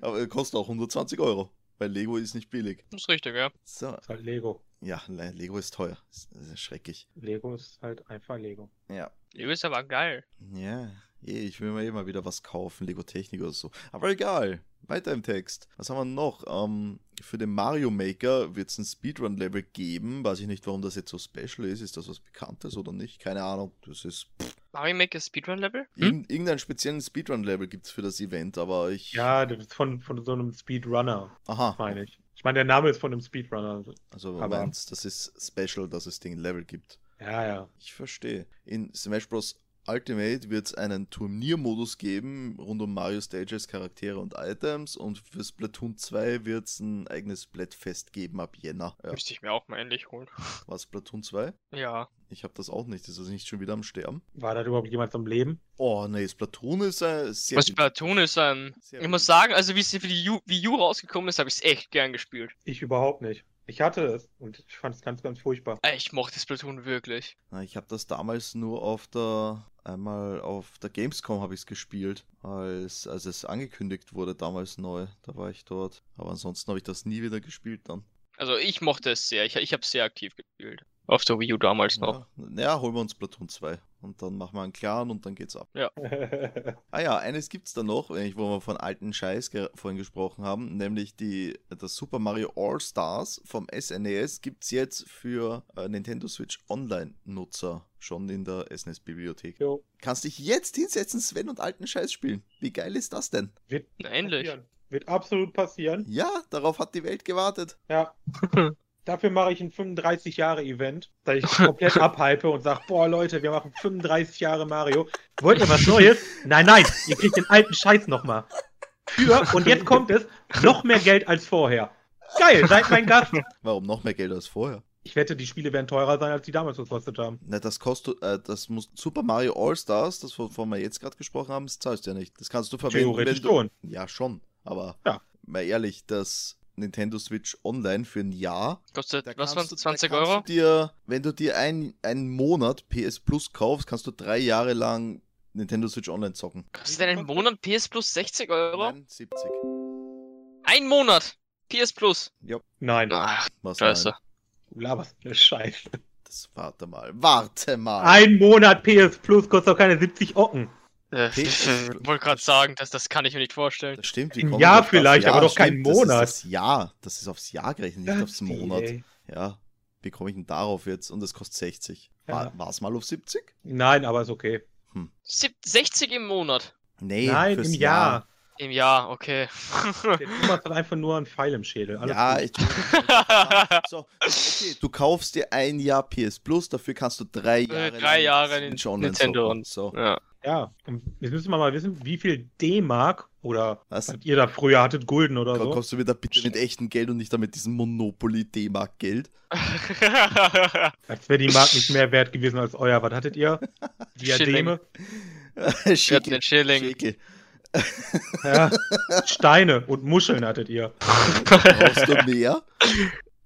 [SPEAKER 1] Aber kostet auch 120 Euro, weil Lego ist nicht billig.
[SPEAKER 2] Das ist richtig, ja.
[SPEAKER 1] So,
[SPEAKER 3] Ist halt Lego.
[SPEAKER 1] ja, le- Lego ist teuer. Das ist schrecklich.
[SPEAKER 3] Lego ist halt einfach Lego.
[SPEAKER 1] Ja.
[SPEAKER 2] Leo ist aber geil.
[SPEAKER 1] Ja, eh, ich will mir eh mal wieder was kaufen, Lego Technik oder so. Aber egal, weiter im Text. Was haben wir noch? Ähm, für den Mario Maker wird es ein Speedrun-Level geben. Weiß ich nicht, warum das jetzt so special ist. Ist das was Bekanntes oder nicht? Keine Ahnung. Das ist. Pff.
[SPEAKER 2] Mario Maker Speedrun-Level? Hm?
[SPEAKER 1] Irgend- Irgendeinen speziellen Speedrun-Level gibt es für das Event, aber ich.
[SPEAKER 3] Ja, das ist von, von so einem Speedrunner,
[SPEAKER 1] Aha.
[SPEAKER 3] meine ich. Ich meine, der Name ist von einem Speedrunner.
[SPEAKER 1] Also du
[SPEAKER 3] Aber-
[SPEAKER 1] meinst, das ist special, dass es den Level gibt.
[SPEAKER 3] Ja, ja.
[SPEAKER 1] Ich verstehe. In Smash Bros. Ultimate wird es einen Turniermodus geben, rund um Mario Stages, Charaktere und Items. Und für Splatoon 2 wird es ein eigenes Splatfest geben ab Jänner. Ja.
[SPEAKER 2] Müsste ich mir auch mal endlich holen.
[SPEAKER 1] Was, Splatoon 2?
[SPEAKER 2] Ja.
[SPEAKER 1] Ich habe das auch nicht. Ist das nicht schon wieder am Sterben?
[SPEAKER 3] War das überhaupt jemals am Leben?
[SPEAKER 1] Oh, nee, Splatoon ist äh, sehr.
[SPEAKER 2] Was
[SPEAKER 1] beliebt.
[SPEAKER 2] Splatoon ist ein.
[SPEAKER 1] Sehr
[SPEAKER 2] Ich muss
[SPEAKER 1] beliebt.
[SPEAKER 2] sagen, also wie es für die U- Wii U rausgekommen ist, habe ich es echt gern gespielt.
[SPEAKER 3] Ich überhaupt nicht. Ich hatte es und ich fand es ganz, ganz furchtbar.
[SPEAKER 2] Äh, Ich mochte Splatoon wirklich.
[SPEAKER 1] Na, ich habe das damals nur auf der einmal auf der Gamescom habe ich es gespielt, als, als es angekündigt wurde damals neu. Da war ich dort. Aber ansonsten habe ich das nie wieder gespielt dann.
[SPEAKER 2] Also ich mochte es sehr. Ich, ich habe es sehr aktiv gespielt. Auf der Wii U damals noch.
[SPEAKER 1] Ja, naja, holen wir uns Platoon 2 und dann machen wir einen Clan und dann geht's ab. Ah ja, eines gibt's da noch, wenn ich- wo wir von alten Scheiß ge- vorhin gesprochen haben, nämlich die, das Super Mario All Stars vom SNES gibt's jetzt für äh, Nintendo Switch Online-Nutzer schon in der E SNES-Bibliothek.
[SPEAKER 3] jo,
[SPEAKER 1] Kannst dich jetzt hinsetzen, Sven und alten Scheiß spielen. Wie geil ist das denn?
[SPEAKER 3] wird
[SPEAKER 2] Na, endlich.
[SPEAKER 3] passieren. Wird absolut passieren.
[SPEAKER 1] Ja, darauf hat die Welt gewartet.
[SPEAKER 3] Ja. Dafür mache ich ein 35 Jahre Event, da ich komplett abhype und sage, boah Leute, wir machen 35 Jahre Mario. Wollt ihr was Neues? Nein, nein, ihr kriegt den alten Scheiß nochmal. Für, und jetzt kommt es, noch mehr Geld als vorher. Geil, seid mein Gast.
[SPEAKER 1] Warum noch mehr Geld als vorher?
[SPEAKER 3] Ich wette, die Spiele werden teurer sein, als die damals gekostet haben.
[SPEAKER 1] Na, das kostet, äh, das muss Super Mario All Stars, das wovon wir jetzt gerade gesprochen haben, das zahlst du ja nicht. Das kannst du verwenden.
[SPEAKER 3] Theoretisch
[SPEAKER 1] wenn du,
[SPEAKER 3] schon.
[SPEAKER 1] Ja, schon. Aber
[SPEAKER 3] Ja.
[SPEAKER 1] mal ehrlich, das Nintendo Switch Online für ein Jahr.
[SPEAKER 2] Kostet,
[SPEAKER 1] da
[SPEAKER 2] was
[SPEAKER 1] kannst
[SPEAKER 2] waren
[SPEAKER 1] du- da
[SPEAKER 2] 20
[SPEAKER 1] kannst
[SPEAKER 2] Euro?
[SPEAKER 1] Du dir, wenn du dir ein, einen Monat PS Plus kaufst, kannst du drei Jahre lang Nintendo Switch Online zocken.
[SPEAKER 2] Kostet einen Monat PS Plus 60 Euro?
[SPEAKER 1] Nein, 70.
[SPEAKER 2] Ein Monat! PS Plus!
[SPEAKER 3] Nein,
[SPEAKER 2] Ach,
[SPEAKER 1] Was
[SPEAKER 2] scheiße.
[SPEAKER 1] nein?
[SPEAKER 3] du laberst eine Scheiße.
[SPEAKER 1] Das warte mal. Warte mal.
[SPEAKER 3] Ein Monat PS Plus kostet doch keine 70 Ocken.
[SPEAKER 2] Äh,
[SPEAKER 1] PS
[SPEAKER 2] Ich wollte gerade sagen, das, das kann ich mir nicht vorstellen.
[SPEAKER 1] Das stimmt.
[SPEAKER 3] Im
[SPEAKER 1] kommen
[SPEAKER 3] Jahr
[SPEAKER 1] doch auf
[SPEAKER 3] vielleicht, aber doch keinen Monat.
[SPEAKER 1] Das ist das Jahr. Das ist aufs Jahr gerechnet, nicht aufs Monat. Ja. Wie komme ich denn darauf jetzt? Und das kostet 60. War
[SPEAKER 3] Ja.
[SPEAKER 1] es mal auf 70?
[SPEAKER 3] Nein, aber ist okay.
[SPEAKER 2] Sieb 60 im Monat.
[SPEAKER 1] Nee,
[SPEAKER 3] Nein,
[SPEAKER 1] fürs
[SPEAKER 3] im Jahr.
[SPEAKER 2] Im Jahr, okay.
[SPEAKER 3] Der Thomas hat einfach nur einen Pfeil im Schädel. Alles
[SPEAKER 1] Ja,
[SPEAKER 3] gut.
[SPEAKER 1] ich. so, okay, du kaufst dir ein Jahr PS Plus, dafür kannst du drei Jahre.
[SPEAKER 2] Äh, drei
[SPEAKER 1] lang
[SPEAKER 2] Jahre
[SPEAKER 1] Switch
[SPEAKER 2] Nin-
[SPEAKER 1] Online
[SPEAKER 2] Nintendo
[SPEAKER 1] zocken.
[SPEAKER 2] und-
[SPEAKER 1] So.
[SPEAKER 2] ja.
[SPEAKER 3] ja. Und jetzt müssen wir mal wissen, wie viel D-Mark oder
[SPEAKER 1] Was?
[SPEAKER 3] was ihr da früher hattet, Gulden oder
[SPEAKER 1] Komm,
[SPEAKER 3] so.
[SPEAKER 1] Kommst du wieder bitte
[SPEAKER 2] Genau.
[SPEAKER 1] mit echtem Geld und nicht damit diesem Monopoly D-Mark Geld?
[SPEAKER 3] Als wäre die Mark nicht mehr wert gewesen als euer. Was hattet ihr? Diademe?
[SPEAKER 2] Wir hatten den Schilling.
[SPEAKER 1] Schäkel.
[SPEAKER 3] Ja. Steine und Muscheln hattet ihr.
[SPEAKER 1] Brauchst du mehr?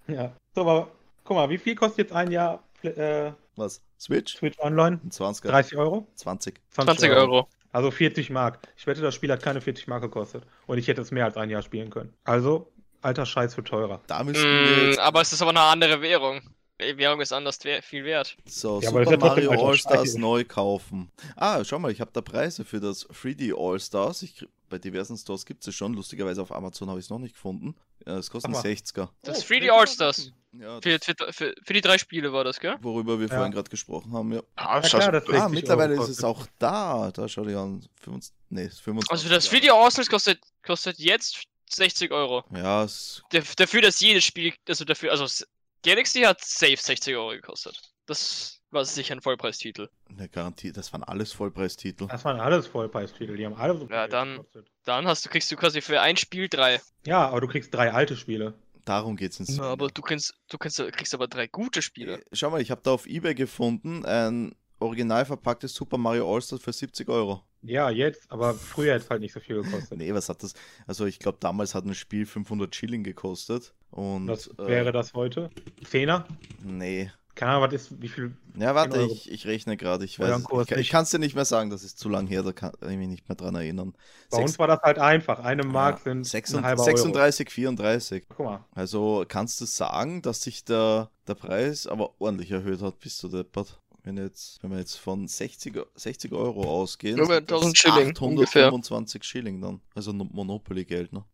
[SPEAKER 3] Ja. So, aber guck mal, wie viel kostet jetzt ein Jahr äh,
[SPEAKER 1] Was? Switch?
[SPEAKER 3] Twitch Online?
[SPEAKER 1] Ein 20er.
[SPEAKER 3] 30 Euro?
[SPEAKER 1] 20.
[SPEAKER 2] 20 Euro.
[SPEAKER 3] Also 40 Mark. Ich wette, das Spiel hat keine 40 Mark gekostet. Und ich hätte es mehr als ein Jahr spielen können. Also, alter Scheiß für teurer.
[SPEAKER 1] Da müssen wir
[SPEAKER 2] Mm,
[SPEAKER 1] jetzt.
[SPEAKER 2] aber es ist aber eine andere Währung. Die Währung ist anders wer- viel wert.
[SPEAKER 1] So,
[SPEAKER 3] Ja, aber
[SPEAKER 1] Super
[SPEAKER 3] das ist ja trotzdem
[SPEAKER 1] Mario
[SPEAKER 3] alter
[SPEAKER 1] All-Stars
[SPEAKER 3] Scheiß.
[SPEAKER 1] neu kaufen. Ah, schau mal, ich habe da Preise für das 3D All-Stars. Ich krieg- Bei diversen Stores gibt es schon. Lustigerweise auf Amazon habe ich es noch nicht gefunden. Äh, Es kostet
[SPEAKER 3] Ach
[SPEAKER 1] ein
[SPEAKER 3] mal.
[SPEAKER 1] 60er.
[SPEAKER 2] Das
[SPEAKER 3] Oh,
[SPEAKER 2] 3D
[SPEAKER 3] das
[SPEAKER 2] Allstars.
[SPEAKER 3] ist-
[SPEAKER 1] Ja,
[SPEAKER 2] Für,
[SPEAKER 1] das,
[SPEAKER 2] für, für, für die drei Spiele war das, gell?
[SPEAKER 1] worüber wir
[SPEAKER 3] Ja. oh
[SPEAKER 1] vorhin gerade gesprochen haben. Ja.
[SPEAKER 2] Ah,
[SPEAKER 3] Ja, klar, das
[SPEAKER 1] Ah,
[SPEAKER 3] 60
[SPEAKER 1] mittlerweile
[SPEAKER 3] Euro
[SPEAKER 1] ist es auch da. Da schau dir an. 25, nee, ist 25.
[SPEAKER 2] also das
[SPEAKER 1] ja.
[SPEAKER 2] Video Arsenals kostet, kostet jetzt 60 Euro.
[SPEAKER 1] Ja, es,
[SPEAKER 2] Daf- dafür, dass jedes Spiel, also dafür, also S- Galaxy hat safe 60 Euro gekostet. Das war sicher ein Vollpreistitel.
[SPEAKER 1] eine Garantie. Das waren alles Vollpreistitel.
[SPEAKER 3] Das waren alles Vollpreistitel, die haben alle so viel
[SPEAKER 2] Ja,
[SPEAKER 3] Geld
[SPEAKER 2] dann-
[SPEAKER 3] gekostet.
[SPEAKER 2] Dann hast du, kriegst du quasi für ein Spiel drei.
[SPEAKER 3] Ja, aber du kriegst drei alte Spiele.
[SPEAKER 1] Darum geht's ins
[SPEAKER 2] Ja, aber du kannst, du kannst, kriegst aber drei gute Spiele.
[SPEAKER 1] Äh, Schau mal, ich habe da auf Ebay gefunden ein original verpacktes Super Mario All-Stars für 70 Euro.
[SPEAKER 3] Ja, jetzt, aber früher hätte es halt nicht so viel gekostet.
[SPEAKER 1] Nee, was hat das? Also ich glaube, damals hat ein Spiel 500 Schilling gekostet. Und
[SPEAKER 3] Was wäre
[SPEAKER 1] äh,
[SPEAKER 3] das heute? Zehner?
[SPEAKER 1] Nee.
[SPEAKER 3] Keine Ahnung, was ist, wie viel.
[SPEAKER 1] Ja, warte,
[SPEAKER 3] Euro.
[SPEAKER 1] ich, ich rechne gerade. Ich
[SPEAKER 3] Genau. Oder
[SPEAKER 1] weiß
[SPEAKER 3] ein
[SPEAKER 1] es
[SPEAKER 3] Kurs
[SPEAKER 1] nicht. Ich, ich
[SPEAKER 3] nicht.
[SPEAKER 1] kann es dir nicht mehr sagen, das ist zu lang her, da kann ich mich nicht mehr dran erinnern.
[SPEAKER 3] Bei
[SPEAKER 1] Sechs-
[SPEAKER 3] uns war das halt einfach. Eine Mark
[SPEAKER 1] Ja,
[SPEAKER 3] sind
[SPEAKER 1] sechsund-
[SPEAKER 3] ein halber
[SPEAKER 1] 36, 34.
[SPEAKER 3] Euro. Guck mal.
[SPEAKER 1] Also kannst du sagen, dass sich der, der Preis aber ordentlich erhöht hat, bist du deppert. Wenn, jetzt, wenn wir jetzt von 60, Eu- 60 Euro ausgehen,
[SPEAKER 2] Nur bei
[SPEAKER 1] sind das
[SPEAKER 2] 1000 Schilling
[SPEAKER 1] 825 Schilling dann. Also No- Monopoly-Geld, ne?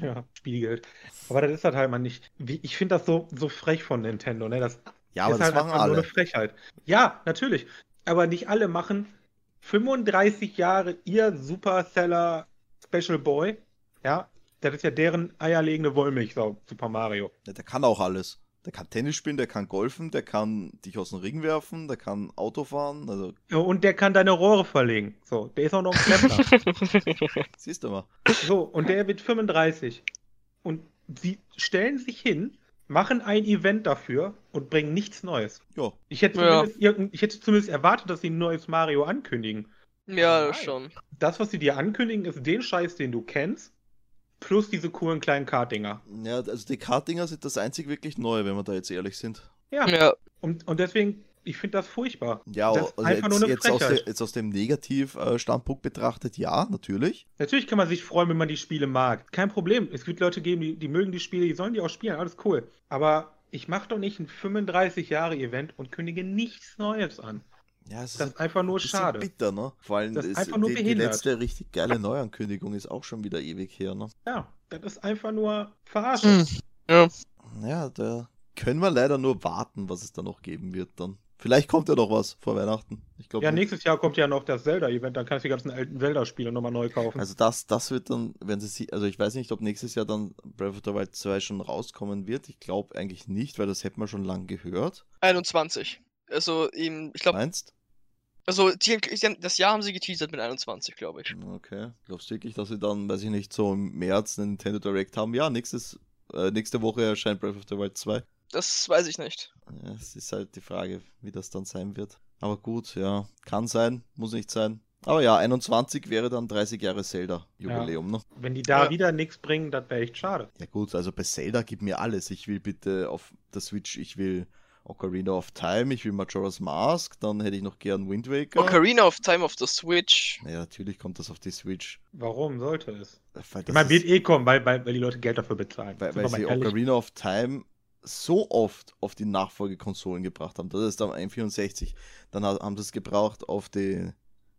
[SPEAKER 3] Ja, Spielgeld. Aber das ist das halt mal nicht. Wie, ich finde das so, so frech von Nintendo, ne? Das
[SPEAKER 1] Ja, aber
[SPEAKER 3] ist
[SPEAKER 1] das
[SPEAKER 3] halt
[SPEAKER 1] machen
[SPEAKER 3] einfach
[SPEAKER 1] alle.
[SPEAKER 3] nur eine Frechheit. Ja, natürlich. Aber nicht alle machen 35 Jahre ihr Superseller Special Boy. Ja, das ist ja deren eierlegende Wollmilchsau, Super Mario.
[SPEAKER 1] Ja, der kann auch alles. Der kann Tennis spielen, der kann golfen, der kann dich aus dem Ring werfen, der kann Auto fahren. Also,
[SPEAKER 3] Ja, und der kann deine Rohre verlegen. So, der ist auch noch ein Klempner.
[SPEAKER 1] siehst du mal.
[SPEAKER 3] So, und der wird 35. Und sie stellen sich hin, machen ein Event dafür und bringen nichts Neues.
[SPEAKER 1] Ja,
[SPEAKER 3] Ich hätte,
[SPEAKER 2] Ja.
[SPEAKER 3] zumindest irgendein, ich hätte zumindest erwartet, dass sie ein neues Mario ankündigen.
[SPEAKER 4] Ja,
[SPEAKER 3] Nein.
[SPEAKER 4] schon.
[SPEAKER 3] Das, was sie dir ankündigen, ist den Scheiß, den du kennst, plus diese coolen kleinen Kartinger.
[SPEAKER 1] ja also die Kartinger sind das einzig wirklich Neue, wenn wir da jetzt ehrlich sind.
[SPEAKER 3] Ja,
[SPEAKER 4] Ja,
[SPEAKER 3] Und, und deswegen, ich finde das furchtbar.
[SPEAKER 1] Ja,
[SPEAKER 3] Das ist
[SPEAKER 1] also
[SPEAKER 3] einfach nur
[SPEAKER 1] jetzt,
[SPEAKER 3] eine
[SPEAKER 1] jetzt, aus
[SPEAKER 3] Frechheit.
[SPEAKER 1] der, jetzt aus dem Negativ-Standpunkt betrachtet, ja, natürlich.
[SPEAKER 3] Natürlich kann man sich freuen, wenn man die Spiele mag. Kein Problem. Es wird Leute geben, die, die mögen die Spiele, die sollen die auch spielen, alles cool. Aber ich mache doch nicht ein 35-Jahre-Event und kündige nichts Neues an.
[SPEAKER 1] Ja, es
[SPEAKER 3] Das ist einfach nur
[SPEAKER 1] bisschen
[SPEAKER 3] schade.
[SPEAKER 1] bitter, ne? Vor allem
[SPEAKER 3] Das ist
[SPEAKER 1] ist
[SPEAKER 3] einfach nur
[SPEAKER 1] die, die
[SPEAKER 3] behindert.
[SPEAKER 1] letzte richtig geile Neuankündigung ist auch schon wieder ewig her, ne?
[SPEAKER 3] Ja, das ist einfach nur Verarschung.
[SPEAKER 4] Hm. ja.
[SPEAKER 1] Ja, da können wir leider nur warten, was es da noch geben wird dann. Vielleicht kommt ja noch was vor Weihnachten. Ich glaube,
[SPEAKER 3] Ja, nächstes Jahr kommt ja noch das Zelda-Event, dann kannst du die ganzen alten Zelda-Spiele nochmal neu kaufen.
[SPEAKER 1] also das, das wird dann, wenn sie, sie, also ich weiß nicht, ob nächstes Jahr dann Breath of the Wild 2 schon rauskommen wird. Ich glaube eigentlich nicht, weil das hätten wir schon lang gehört.
[SPEAKER 4] 21. Also, eben, ich glaube,
[SPEAKER 1] Meinst?
[SPEAKER 4] also, die, die haben, das Jahr haben sie geteasert mit 21, glaube ich.
[SPEAKER 1] Hm, Okay. Glaubst du wirklich, dass sie dann, weiß ich nicht, so im März einen Nintendo Direct haben? Ja, nächstes, äh, nächste Woche erscheint Breath of the Wild 2.
[SPEAKER 4] Das weiß ich nicht.
[SPEAKER 1] Ja, es ist halt die Frage, wie das dann sein wird. Aber gut, ja, kann sein, muss nicht sein. Aber ja, 21 wäre dann 30 Jahre Zelda-Jubiläum, ne?
[SPEAKER 3] Wenn die da
[SPEAKER 4] Ja.
[SPEAKER 3] wieder nichts bringen, das wäre echt schade.
[SPEAKER 1] Ja gut, also bei Zelda gib mir alles. Ich will bitte auf der Switch, ich will Ocarina of Time, ich will Majora's Mask, dann hätte ich noch gern Wind Waker.
[SPEAKER 4] Ocarina of Time auf der Switch.
[SPEAKER 1] Ja, natürlich kommt das auf die Switch. Äh,
[SPEAKER 3] Warum sollte es?
[SPEAKER 1] Weil
[SPEAKER 3] Ich
[SPEAKER 1] das
[SPEAKER 3] meine, wird
[SPEAKER 1] ist,
[SPEAKER 3] eh kommen, weil, weil, weil die Leute Geld dafür bezahlen.
[SPEAKER 1] weil,
[SPEAKER 3] Sind wir
[SPEAKER 1] weil
[SPEAKER 3] mal
[SPEAKER 1] sie
[SPEAKER 3] ehrlich.
[SPEAKER 1] Ocarina of Time so oft auf die Nachfolgekonsolen gebracht haben. Das ist dann 64. Dann ha- haben sie es gebraucht auf, die,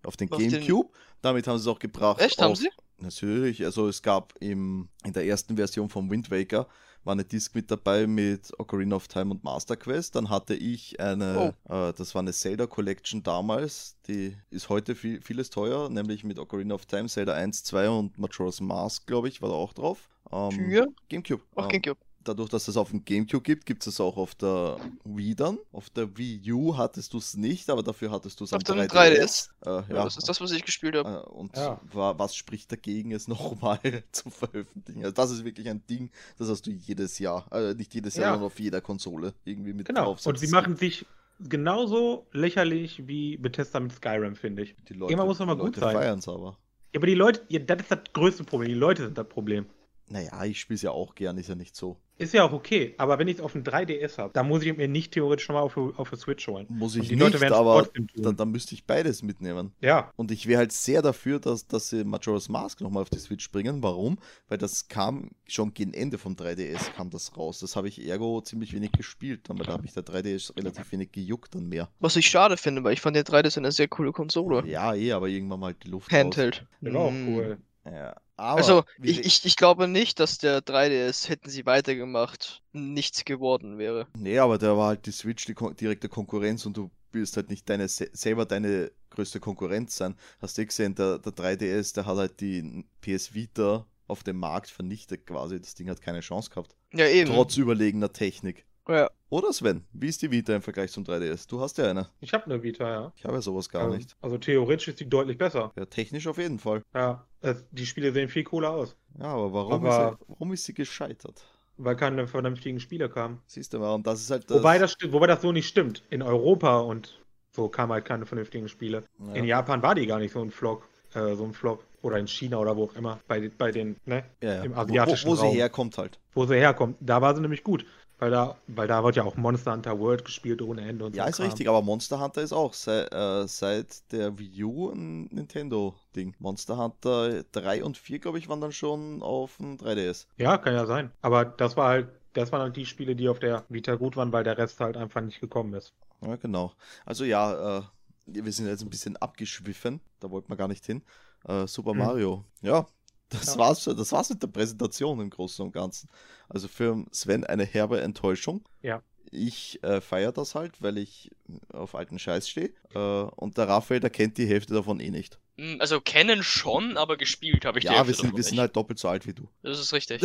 [SPEAKER 1] auf den
[SPEAKER 4] Auf den-
[SPEAKER 1] Gamecube. Damit haben sie es auch gebracht.
[SPEAKER 4] Echt, haben
[SPEAKER 1] auf,
[SPEAKER 4] sie?
[SPEAKER 1] Natürlich, also es gab im, in der ersten Version von Wind Waker war eine Disc mit dabei mit Ocarina of Time und Master Quest. Dann hatte ich eine,
[SPEAKER 4] Oh.
[SPEAKER 1] äh, das war eine Zelda Collection damals, die ist heute viel, vieles teuer, nämlich mit Ocarina of Time, Zelda 1, 2 und Majora's Mask, glaube ich, war da auch drauf. Ähm,
[SPEAKER 4] Für?
[SPEAKER 1] Gamecube.
[SPEAKER 4] Ach,
[SPEAKER 1] Ähm,
[SPEAKER 4] Gamecube.
[SPEAKER 1] dadurch, dass es auf dem Gamecube gibt, gibt es es auch auf der Wii dann. Auf der Wii U hattest du es nicht, aber dafür hattest du es am
[SPEAKER 4] Auf dem
[SPEAKER 1] 3DS. Äh,
[SPEAKER 4] Ja,
[SPEAKER 1] ja.
[SPEAKER 4] Das ist das, was ich gespielt habe.
[SPEAKER 1] Äh, Und
[SPEAKER 3] Ja.
[SPEAKER 1] wa- was spricht dagegen, es nochmal zu veröffentlichen? Also das ist wirklich ein Ding, das hast du jedes Jahr, äh, nicht jedes Jahr,
[SPEAKER 3] Ja.
[SPEAKER 1] sondern auf jeder Konsole irgendwie mit
[SPEAKER 3] Genau.
[SPEAKER 1] drauf.
[SPEAKER 3] Und sie machen sich genauso lächerlich wie Bethesda mit Skyrim, finde ich.
[SPEAKER 1] die Leute,
[SPEAKER 3] Irgendwann muss doch mal
[SPEAKER 1] die
[SPEAKER 3] gut
[SPEAKER 1] Leute
[SPEAKER 3] sein.
[SPEAKER 1] feiern es aber.
[SPEAKER 3] Ja, aber die Leute, ja, das ist das größte Problem. Die Leute sind das Problem.
[SPEAKER 1] Naja, ich spiele es ja auch gern, ist ja nicht so.
[SPEAKER 3] Ist ja auch okay, aber wenn ich es auf dem 3DS habe, dann muss ich mir nicht theoretisch schon mal auf, auf der Switch holen.
[SPEAKER 1] Muss
[SPEAKER 3] und
[SPEAKER 1] ich
[SPEAKER 3] die
[SPEAKER 1] nicht,
[SPEAKER 3] Leute werden es
[SPEAKER 1] aber
[SPEAKER 3] trotzdem tun.
[SPEAKER 1] dann, dann müsste ich beides mitnehmen.
[SPEAKER 3] Ja,
[SPEAKER 1] Und ich wäre halt sehr dafür, dass, dass sie Majora's Mask nochmal auf die Switch bringen. Warum? Weil das kam schon gegen Ende vom 3DS kam das raus. Das habe ich ergo ziemlich wenig gespielt. Dann, weil da habe ich der 3DS relativ wenig gejuckt dann mehr.
[SPEAKER 4] Was ich schade finde, weil ich fand der 3DS eine sehr coole Konsole.
[SPEAKER 1] Ja, eh, aber irgendwann mal halt die Luft
[SPEAKER 4] Handheld.
[SPEAKER 3] das war auch
[SPEAKER 4] Mm.
[SPEAKER 3] genau, cool.
[SPEAKER 1] raus. Ja, aber
[SPEAKER 4] Also,
[SPEAKER 1] wie-
[SPEAKER 4] ich, ich, ich glaube nicht, dass der 3DS, hätten sie weitergemacht, nichts geworden wäre.
[SPEAKER 1] Nee, aber da war halt die Switch die kon direkte Konkurrenz und du willst halt nicht deine se- selber deine größte Konkurrenz sein. Hast du eh gesehen, der, der 3DS, der hat halt die PS Vita auf dem Markt vernichtet quasi. Das Ding hat keine Chance gehabt.
[SPEAKER 4] Ja, eben.
[SPEAKER 1] Trotz überlegener Technik.
[SPEAKER 4] Ja.
[SPEAKER 1] Oder Sven, wie ist die Vita im Vergleich zum 3DS? Du hast ja eine.
[SPEAKER 3] Ich habe eine Vita, ja.
[SPEAKER 1] Ich habe ja sowas gar
[SPEAKER 3] also,
[SPEAKER 1] nicht.
[SPEAKER 3] Also theoretisch ist die deutlich besser.
[SPEAKER 1] Ja, technisch auf jeden Fall.
[SPEAKER 3] Ja, es- die Spiele sehen viel cooler aus,
[SPEAKER 1] Ja, aber warum,
[SPEAKER 3] Aber-
[SPEAKER 1] Ist, sie, warum ist sie gescheitert?
[SPEAKER 3] weil keine vernünftigen Spiele kamen.
[SPEAKER 1] Siehst du mal, und das ist halt das.
[SPEAKER 3] Wobei das, stimmt- wobei das so nicht stimmt. In Europa und so kamen halt keine vernünftigen Spiele.
[SPEAKER 1] ja.
[SPEAKER 3] In Japan war die gar nicht so ein Flop, äh, so ein Flop. Oder in China oder wo auch immer. Bei, bei den, ne?
[SPEAKER 1] ja, ja.
[SPEAKER 3] im asiatischen
[SPEAKER 1] wo, wo, wo
[SPEAKER 3] Raum.
[SPEAKER 1] sie herkommt halt.
[SPEAKER 3] Wo sie herkommt. Da war sie nämlich gut. Weil da, weil da wird ja auch Monster Hunter World gespielt ohne Ende und so.
[SPEAKER 1] Ja, ist
[SPEAKER 3] Kram.
[SPEAKER 1] richtig, aber Monster Hunter ist auch seit, äh, seit der Wii U ein Nintendo-Ding. Monster Hunter 3 und 4, glaube ich, waren dann schon auf dem 3DS.
[SPEAKER 3] Ja, kann ja sein. Aber das war halt, das waren halt die Spiele, die auf der Vita gut waren, weil der Rest halt einfach nicht gekommen ist.
[SPEAKER 1] Ja, genau. Also ja, äh, wir sind jetzt ein bisschen abgeschwiffen. Da wollten wir gar nicht hin. Äh, Super
[SPEAKER 3] Hm.
[SPEAKER 1] Mario. Ja, das
[SPEAKER 3] Ja.
[SPEAKER 1] war's. Das war's mit der Präsentation im Großen und Ganzen. Also für Sven eine herbe Enttäuschung.
[SPEAKER 3] Ja.
[SPEAKER 1] Ich äh, feiere das halt, weil ich auf alten Scheiß stehe. Äh, und der Raphael, der kennt die Hälfte davon eh nicht.
[SPEAKER 2] Hm, Also kennen schon, aber gespielt habe ich die
[SPEAKER 1] ja,
[SPEAKER 2] Hälfte
[SPEAKER 1] wir sind, halt
[SPEAKER 2] davon
[SPEAKER 1] wir sind
[SPEAKER 2] nicht.
[SPEAKER 1] halt doppelt so alt wie du.
[SPEAKER 2] Das ist richtig.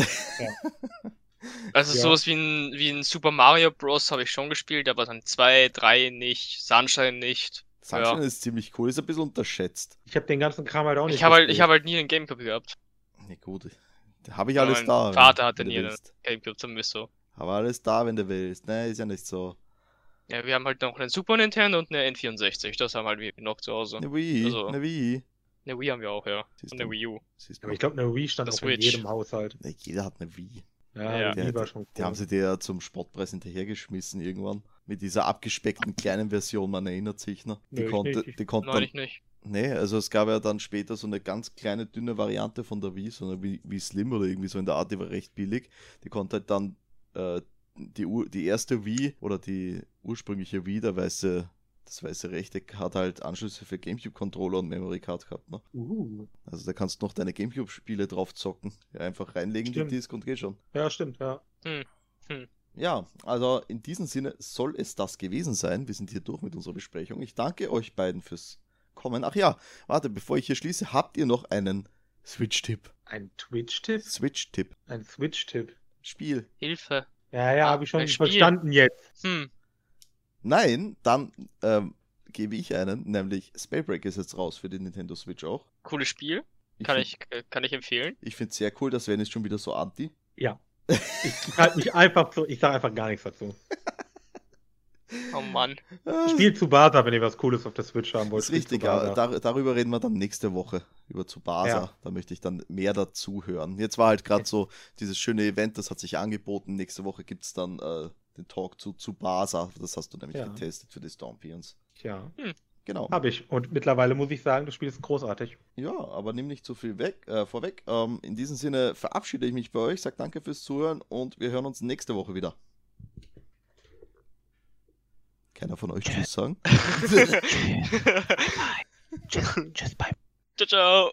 [SPEAKER 2] Also
[SPEAKER 3] Ja.
[SPEAKER 2] sowas wie ein, wie ein Super Mario Bros. habe ich schon gespielt, aber dann 2, 3 nicht, Sunshine nicht.
[SPEAKER 1] Sunshine ist ziemlich cool, ist ein bisschen unterschätzt.
[SPEAKER 3] Ich habe den ganzen Kram halt auch nicht.
[SPEAKER 2] Ich habe halt, ich
[SPEAKER 3] gespielt.
[SPEAKER 2] habe halt nie einen Gamecube gehabt.
[SPEAKER 1] Ja gut, da habe ich
[SPEAKER 2] Ja,
[SPEAKER 1] alles
[SPEAKER 2] mein
[SPEAKER 1] da.
[SPEAKER 2] Vater hatte
[SPEAKER 1] wenn du
[SPEAKER 2] nie einen.
[SPEAKER 1] willst.
[SPEAKER 2] Gamecube zumindest so.
[SPEAKER 1] Habe alles da, wenn du willst. Ne, ist ja nicht so.
[SPEAKER 2] Ja, wir haben halt noch einen Super Nintendo und eine N64, das haben halt wir noch zu Hause.
[SPEAKER 1] Eine Wii,
[SPEAKER 2] Also-
[SPEAKER 1] eine Wii.
[SPEAKER 2] Eine Wii haben wir auch, ja.
[SPEAKER 1] Siehst
[SPEAKER 2] Und eine
[SPEAKER 1] du.
[SPEAKER 2] Wii U.
[SPEAKER 1] Siehst du.
[SPEAKER 3] Aber ich glaube, eine Wii stand
[SPEAKER 2] Das
[SPEAKER 3] auch in
[SPEAKER 2] Switch.
[SPEAKER 3] jedem Haushalt.
[SPEAKER 1] Ne, jeder hat eine Wii.
[SPEAKER 3] Ja,
[SPEAKER 2] Ja.
[SPEAKER 3] die Wii
[SPEAKER 1] Ja,
[SPEAKER 3] war schon cool.
[SPEAKER 1] Die haben sie dir ja zum Sportpreis hinterhergeschmissen irgendwann. Mit dieser abgespeckten kleinen Version, man erinnert sich noch. Die
[SPEAKER 3] Nö, ich
[SPEAKER 1] konnte,
[SPEAKER 3] nicht.
[SPEAKER 1] die konnte dann,
[SPEAKER 2] Neulich nicht.
[SPEAKER 1] Nee, also es gab ja dann später so eine ganz kleine, dünne Variante von der Wii, so eine Wii, Wii Slim oder irgendwie so in der Art, die war recht billig. Die konnte halt dann äh, die, Ur- die erste Wii oder die ursprüngliche Wii, der weiße, das weiße Rechteck, hat halt Anschlüsse für Gamecube-Controller und Memory Card gehabt. Ne?
[SPEAKER 3] Uh,
[SPEAKER 1] Also da kannst du noch deine Gamecube-Spiele drauf zocken. Einfach reinlegen
[SPEAKER 3] Stimmt.
[SPEAKER 1] die Disk und geht schon.
[SPEAKER 3] ja, stimmt, ja.
[SPEAKER 1] Ja, also in diesem Sinne soll es das gewesen sein. Wir sind hier durch mit unserer Besprechung. Ich danke euch beiden fürs Kommen. Ach ja, warte, bevor ich hier schließe, habt ihr noch einen Switch-Tipp?
[SPEAKER 3] Ein Twitch-Tipp?
[SPEAKER 1] Switch-Tipp.
[SPEAKER 3] Ein Switch-Tipp.
[SPEAKER 1] Spiel.
[SPEAKER 2] Hilfe.
[SPEAKER 3] Ja, ja,
[SPEAKER 2] Ah,
[SPEAKER 3] habe ich schon
[SPEAKER 2] ein Spiel.
[SPEAKER 3] verstanden jetzt.
[SPEAKER 2] Hm.
[SPEAKER 1] Nein, dann ähm, gebe ich einen, nämlich Spellbreak ist jetzt raus für den Nintendo Switch auch.
[SPEAKER 2] Cooles Spiel. Kann
[SPEAKER 1] find-
[SPEAKER 2] ich, äh, kann ich empfehlen.
[SPEAKER 1] Ich finde es sehr cool, dass Sven ist schon wieder so anti.
[SPEAKER 3] Ja. Ich halte mich einfach so, ich sage einfach gar nichts dazu.
[SPEAKER 2] Oh Mann.
[SPEAKER 1] Ah,
[SPEAKER 3] Spielt zu Basa, wenn ihr was Cooles auf der Switch haben wollt.
[SPEAKER 1] Ist
[SPEAKER 3] spielt
[SPEAKER 1] richtig,
[SPEAKER 3] Tsubasa.
[SPEAKER 1] aber dar darüber reden wir dann nächste Woche, über Tsubasa.
[SPEAKER 3] Ja.
[SPEAKER 1] Da möchte ich dann mehr dazu hören. Jetzt war halt gerade so dieses schöne Event, das hat sich angeboten. Nächste Woche gibt es dann äh, den Talk zu Tsubasa. Das hast du nämlich
[SPEAKER 3] Ja.
[SPEAKER 1] getestet für die Stompions.
[SPEAKER 3] Ja,
[SPEAKER 1] Genau.
[SPEAKER 3] habe ich. Und mittlerweile muss ich sagen, das Spiel ist großartig.
[SPEAKER 1] Ja, aber nimm nicht zu viel weg, äh, vorweg. Ähm, in diesem Sinne verabschiede ich mich bei euch, sag danke fürs Zuhören und wir hören uns nächste Woche wieder. Keiner von
[SPEAKER 3] Äh.
[SPEAKER 1] euch Tschüss sagen?
[SPEAKER 2] ciao, ciao.